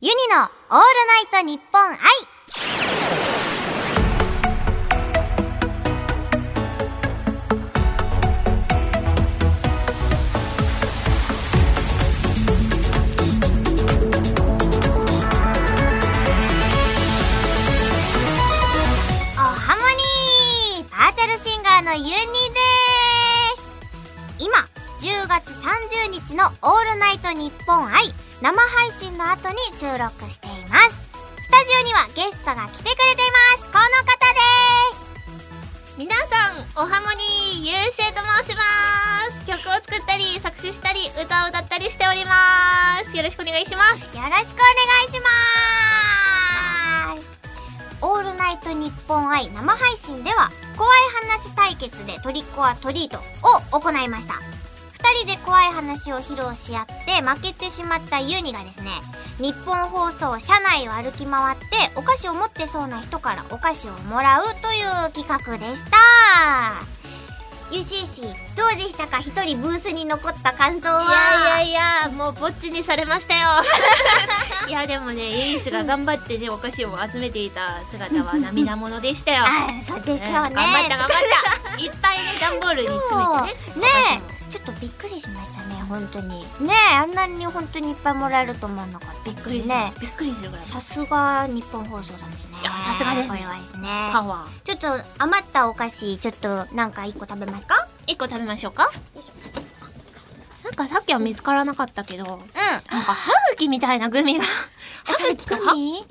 ユニのオールナイトニッポン愛おハモニーバーチャルシンガーのユニです今10月30日の「オールナイトニッポン愛」生配信の後に収録していますスタジオにはゲストが来てくれていますこの方で皆さんおはもにゆうしえと申します曲を作ったり作詞したり歌を歌ったりしておりますよろしくお願いしますすよろしくお願いしますオールナイトニッポン愛生配信では怖い話対決でトリコアトリートを行いました2人で怖い話を披露し合って負けてしまったユニがですね日本放送車内を歩き回ってお菓子を持ってそうな人からお菓子をもらうという企画でした UCC どうでしたか1人ブースに残った感想はいやいやいやもうぼっちにされましたよ いやでもねゆうしが頑張ってねお菓子を集めていた 姿は涙ものでしたよ、あそうですよね頑張った頑張ったいっぱいね段ボールにそ詰うめてねねえちょっとびっくりしましたね本当にねえあんなに本当にいっぱいもらえると思わなかったびっくりする、ねびっくりするぐらいさすが日本放送さんですねいやさすがですねこれはですねパワーちょっと余ったお菓子ちょっとなんか一個食べますか一個食べましょうかなんかさっきは見つからなかったけどなんか歯茎みたいなグミが歯茎か歯 歯茎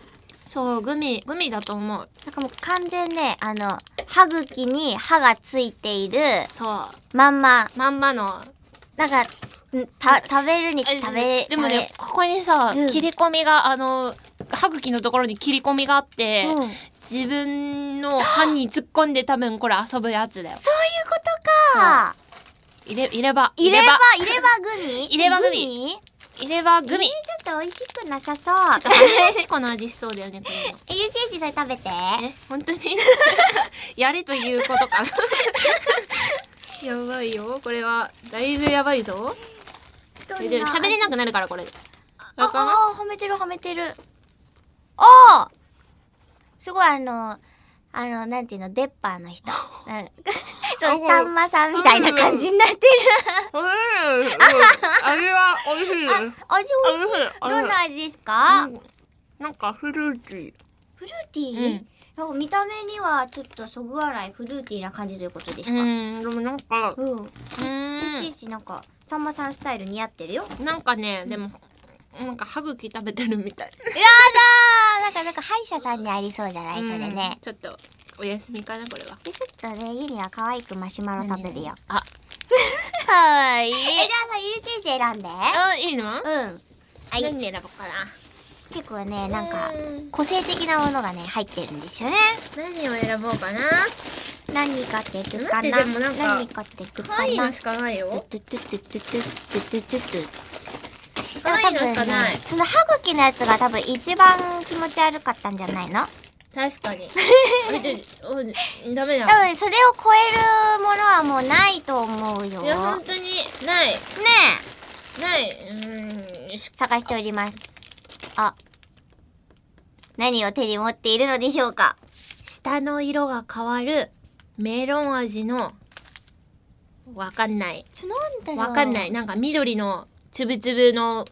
そうグミグミだと思うなんかもう完全ねあの歯茎に歯がついているそまんまうまんまのなんかんた食べるにえ食べでも食ねここにさ、うん切り込みがあの歯茎のところに切り込みがあって、べうん自分の歯に突っ込んで多分これ遊ぶやつだよそういうことか入れ入れ歯入れ入れ歯歯入れ歯グミ入れ歯グミ入れ歯グミえーちょっと美味しくなさそう。だ からねチコの味しそうだよねこれえ、ゆしゆしそれ食べて。え本当に やれということかなやばいよこれはだいぶやばいぞえでも喋れい。なくなるからこれあ、わかんないあ、あはめてるはめてる。ああすごいあの、あの、なんていうの、出っ歯の 人。うん。 そう、さんまさんみたいな感じにな ってる。うん味は美味しいあ、味美味しい。どんな味ですかなんかフルーティーフルーティうーんなんか見た目にはちょっとそぐわないフルーティーな感じということですかうんでもなんかうん。うゆしゆんしなんか、さんまさんスタイル似合ってるよ。なんかねでもなんか歯茎食べてるみたいやだーなんかなんか歯医者さんにありそうじゃないそれうんね。ちょっとお休みかなこれはでちょっとねユニは可愛くマシュマロ食べるよ。あかわいいえじゃあさユーシー選んで。あいいのうん。あい何選ぼうかな結構ねなんかうん個性的なものがね入ってるんですよね。何を選ぼうかな何かって言うか待っな。てでもなんか何かって言う可か愛いなの。しかないよトゥトゥトゥトゥトゥトゥトゥトゥトゥ可愛いのしかでも多ない分ねその歯茎のやつが多分一番気持ち悪かったんじゃないの確か にあれでおダメ多だ分それを超えるものはもうないと思うよ。いねや本当にないえ。ないうんし探しております。あ。何を手に持っているのでしょうか下の色が変わるメロン味のわかんないちょ、なんだろう。。わかんないいなんか緑のつぶつぶの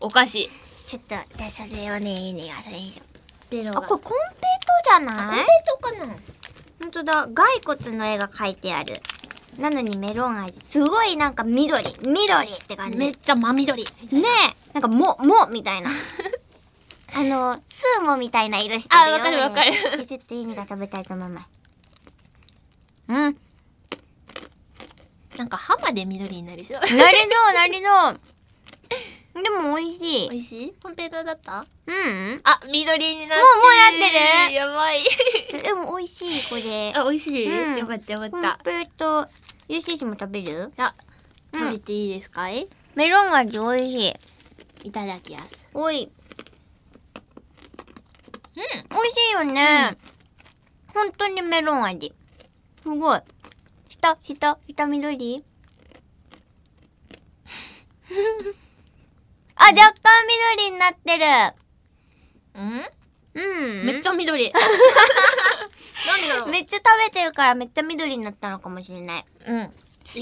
お菓子ちょっと、じゃあそれをね、いいねが、それにしようベロあ、がこれコンペイトじゃあなこれいとかなほんとだ。骸骨の絵が描いてある。なのにメロン味。すごいなんか緑。緑って感じ。めっねちゃ真緑え。なんかも、も、みたい な。あの、スーモみたいな色してるよ。あわかるわか るでちょっといいねが食べたいと思います。うん。なんか歯まで緑になりそうなりそう、なりそう。でも美味しい。美味しいコンペイトーだったうん。あ緑になってるもうもうなってるやばいでも美味しいこれ。 あ美味しい、うんよかったよかっコンたペイト、ユーシーシも食べる？じゃあうん食べていいですかい、メロン味美味しい。いただきますおい、うん美味しいよね。本当にメロン味。すごい。下下下 緑？あ若干緑になってる。うんうんめっちゃ 緑なんでだろうめっちゃ食べてるからめっちゃ緑になったのかもしれないうん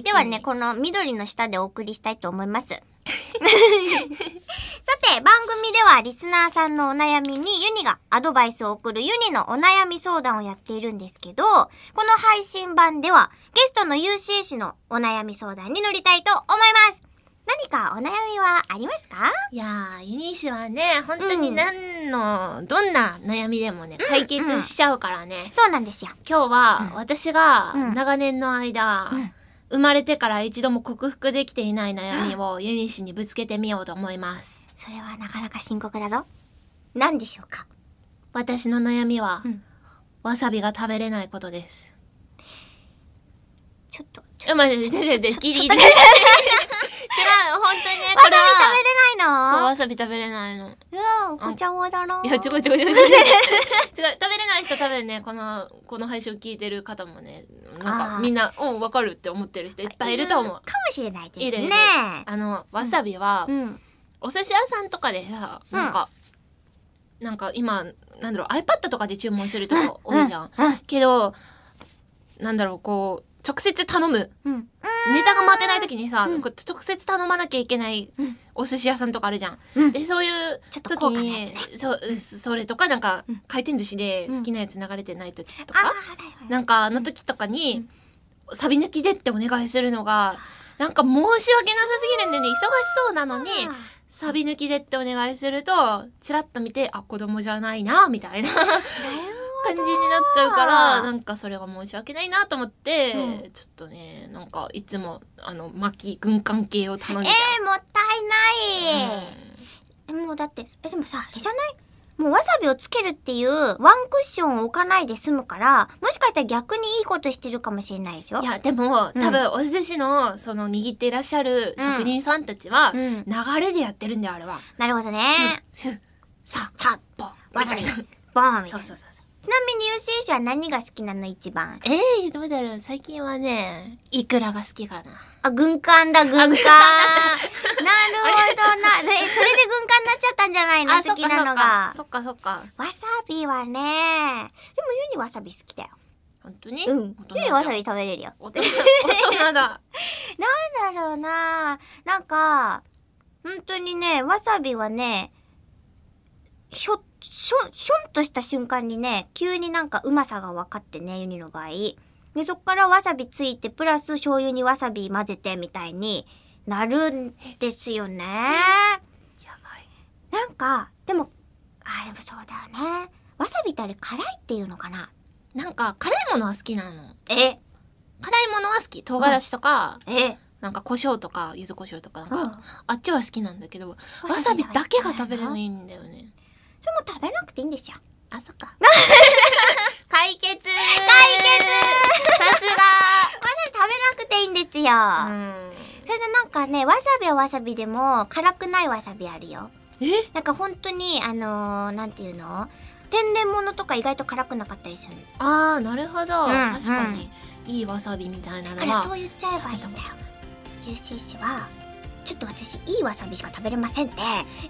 ではね、この緑の下でお送りしたいと思います。 さて、番組ではリスナーさんのお悩みにユニがアドバイスを送るユニのお悩み相談をやっているんですけど、この配信版ではゲストの UC 氏のお悩み相談に乗りたいと思います。何かお悩みはありますかいやーユニー氏はね本当に何の、どんな悩みでもね解決しちゃうからね、そうなんですよ。今日は私がうん長年の間、うん生まれてから一度も克服できていない悩みをユニ氏にぶつけてみようと思いますそれはなかなか深刻だぞ。何でしょうか私の悩みは、うんわさびが食べれないことですちょっと。え、まあ、ちょちょちょ、聞いて聞いて。違う、本当にね、わさび食べれないこれは。そう、のわさび食べれないの。うわお子ちゃまだな。いや、ちょこちょこちょこちょこ。違う、食べれない人多分ね、この、この配信を聞いてる方もね、なんあかーみんな、うん、わかるって思ってる人いっぱいいると思うか。もしれないですね。いるいるあの、わさびは、うん。お寿司屋さんとかでさ、なんか、なんか今、なんだろう、iPad とかで注文するとこ多いじゃん。うん。けど、なんだろう、こう、直接頼む。うん。ネタが回ってない時にさ、うんこう直接頼まなきゃいけないうんお寿司屋さんとかあるじゃん。うんでそういうちょっと高時価なやに、つねそうそれとかなんか、うん回転寿司で好きなやつ流れてない時とああか、ー、なんかあの時とかに、サビ抜きでってお願いするのがなんか申し訳なさすぎるんだよね忙しそうなのに確かに。サビ抜きでってお願いするとチラッと見てあ子供じゃないなみたいな感じになっちゃうからなんかそれが申し訳ないなと思って、うちょっとねなんかいつもあの巻き軍艦系を頼えんじゃう。ー、もったいない。えもうだって、え、でもさ、あれじゃないもうわさびをつけるっていうワンクッションを置かないで済むから、もしかしたら逆にいいことしてるかもしれないでしょいやでも、うん多分お寿司のその握っていらっしゃる職人さんたちは、うん流れでやってるんだよあれは。なるほどね。シュッささあ、ボンわさびみたいなボーンみたいうな。そそうそうそう。ちなみに、優勢者は何が好きなの一番。えー、どうだろう最近はねイクラが好きかな。あ、軍艦だ、軍艦。なるほどな。 え、それで軍艦になっちゃったんじゃないの好きなのが。そっかそっかそっか。わさびはね、でもユニわさび好きだよ。本当に？うん大人。だユニわさび食べれるよ。大人大な人だ。んだろうななんか、本当にね、わさびはね、ひょ、しょ、ひょんとした瞬間にね、急になんかうまさが分かってね、ユニの場合。で、そっからわさびついて、プラス醤油にわさび混ぜてみたいになるんですよね。やば。なんか、でも、あ、でもそうだよね。わさびってあれ辛いっていうのかないなんか辛いものは好きなの。え、辛いものは好き。唐辛子とか、え、なんか胡椒とか柚子胡椒とかなんか、うんあっちは好きなんだけど、わ入ってないさびだけが食べれないんだよね。それも食べなくていいんですよ。あそっ か。解決。解決。さわさび食べなくていいんですよ。すが。うん。それでなんかね、わさびはわさびでも辛くないわさびあるよ。え？なんか本当に、あのー、なんていうの天然物とか意外と辛くなかったりするの。ああなるほど、うん確かに、いいわさびみたいなだかのらそはう言っちゃえばいいんだよ。ゆうせい氏は、ちょっと私いいわさびしか食べれませんって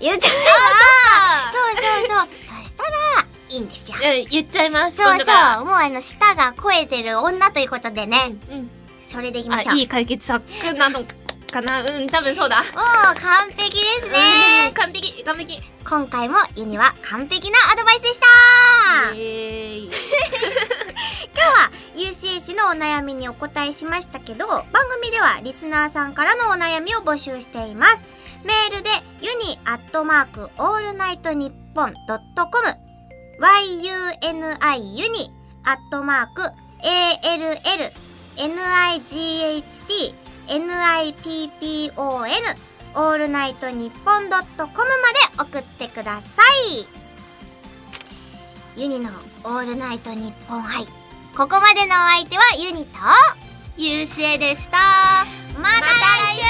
言っちゃえば、そうそうそう。そしたら、いいんですよ。え言っちゃいますそう今そ度からう。もうあの、舌が肥えてる女ということでね、うんうんそれでいきましょう。あいい解決策なのかなうん多分そうだ、おー、完璧ですうねん。完璧完璧イ今回もユニは完璧なアドバイスでしたエーイ今日は UCA 氏のお悩みにお答えしましたけど番組ではリスナーさんからのお悩みを募集していますメールでユニアットマークオールナイトニッポンドットコム yuni ユニアットマーク allnights.nippon オールナイトニッポンドットコムまで送ってくださいユニのオールナイトニッポン愛ここまでのお相手はユニと UCA でしたまた来週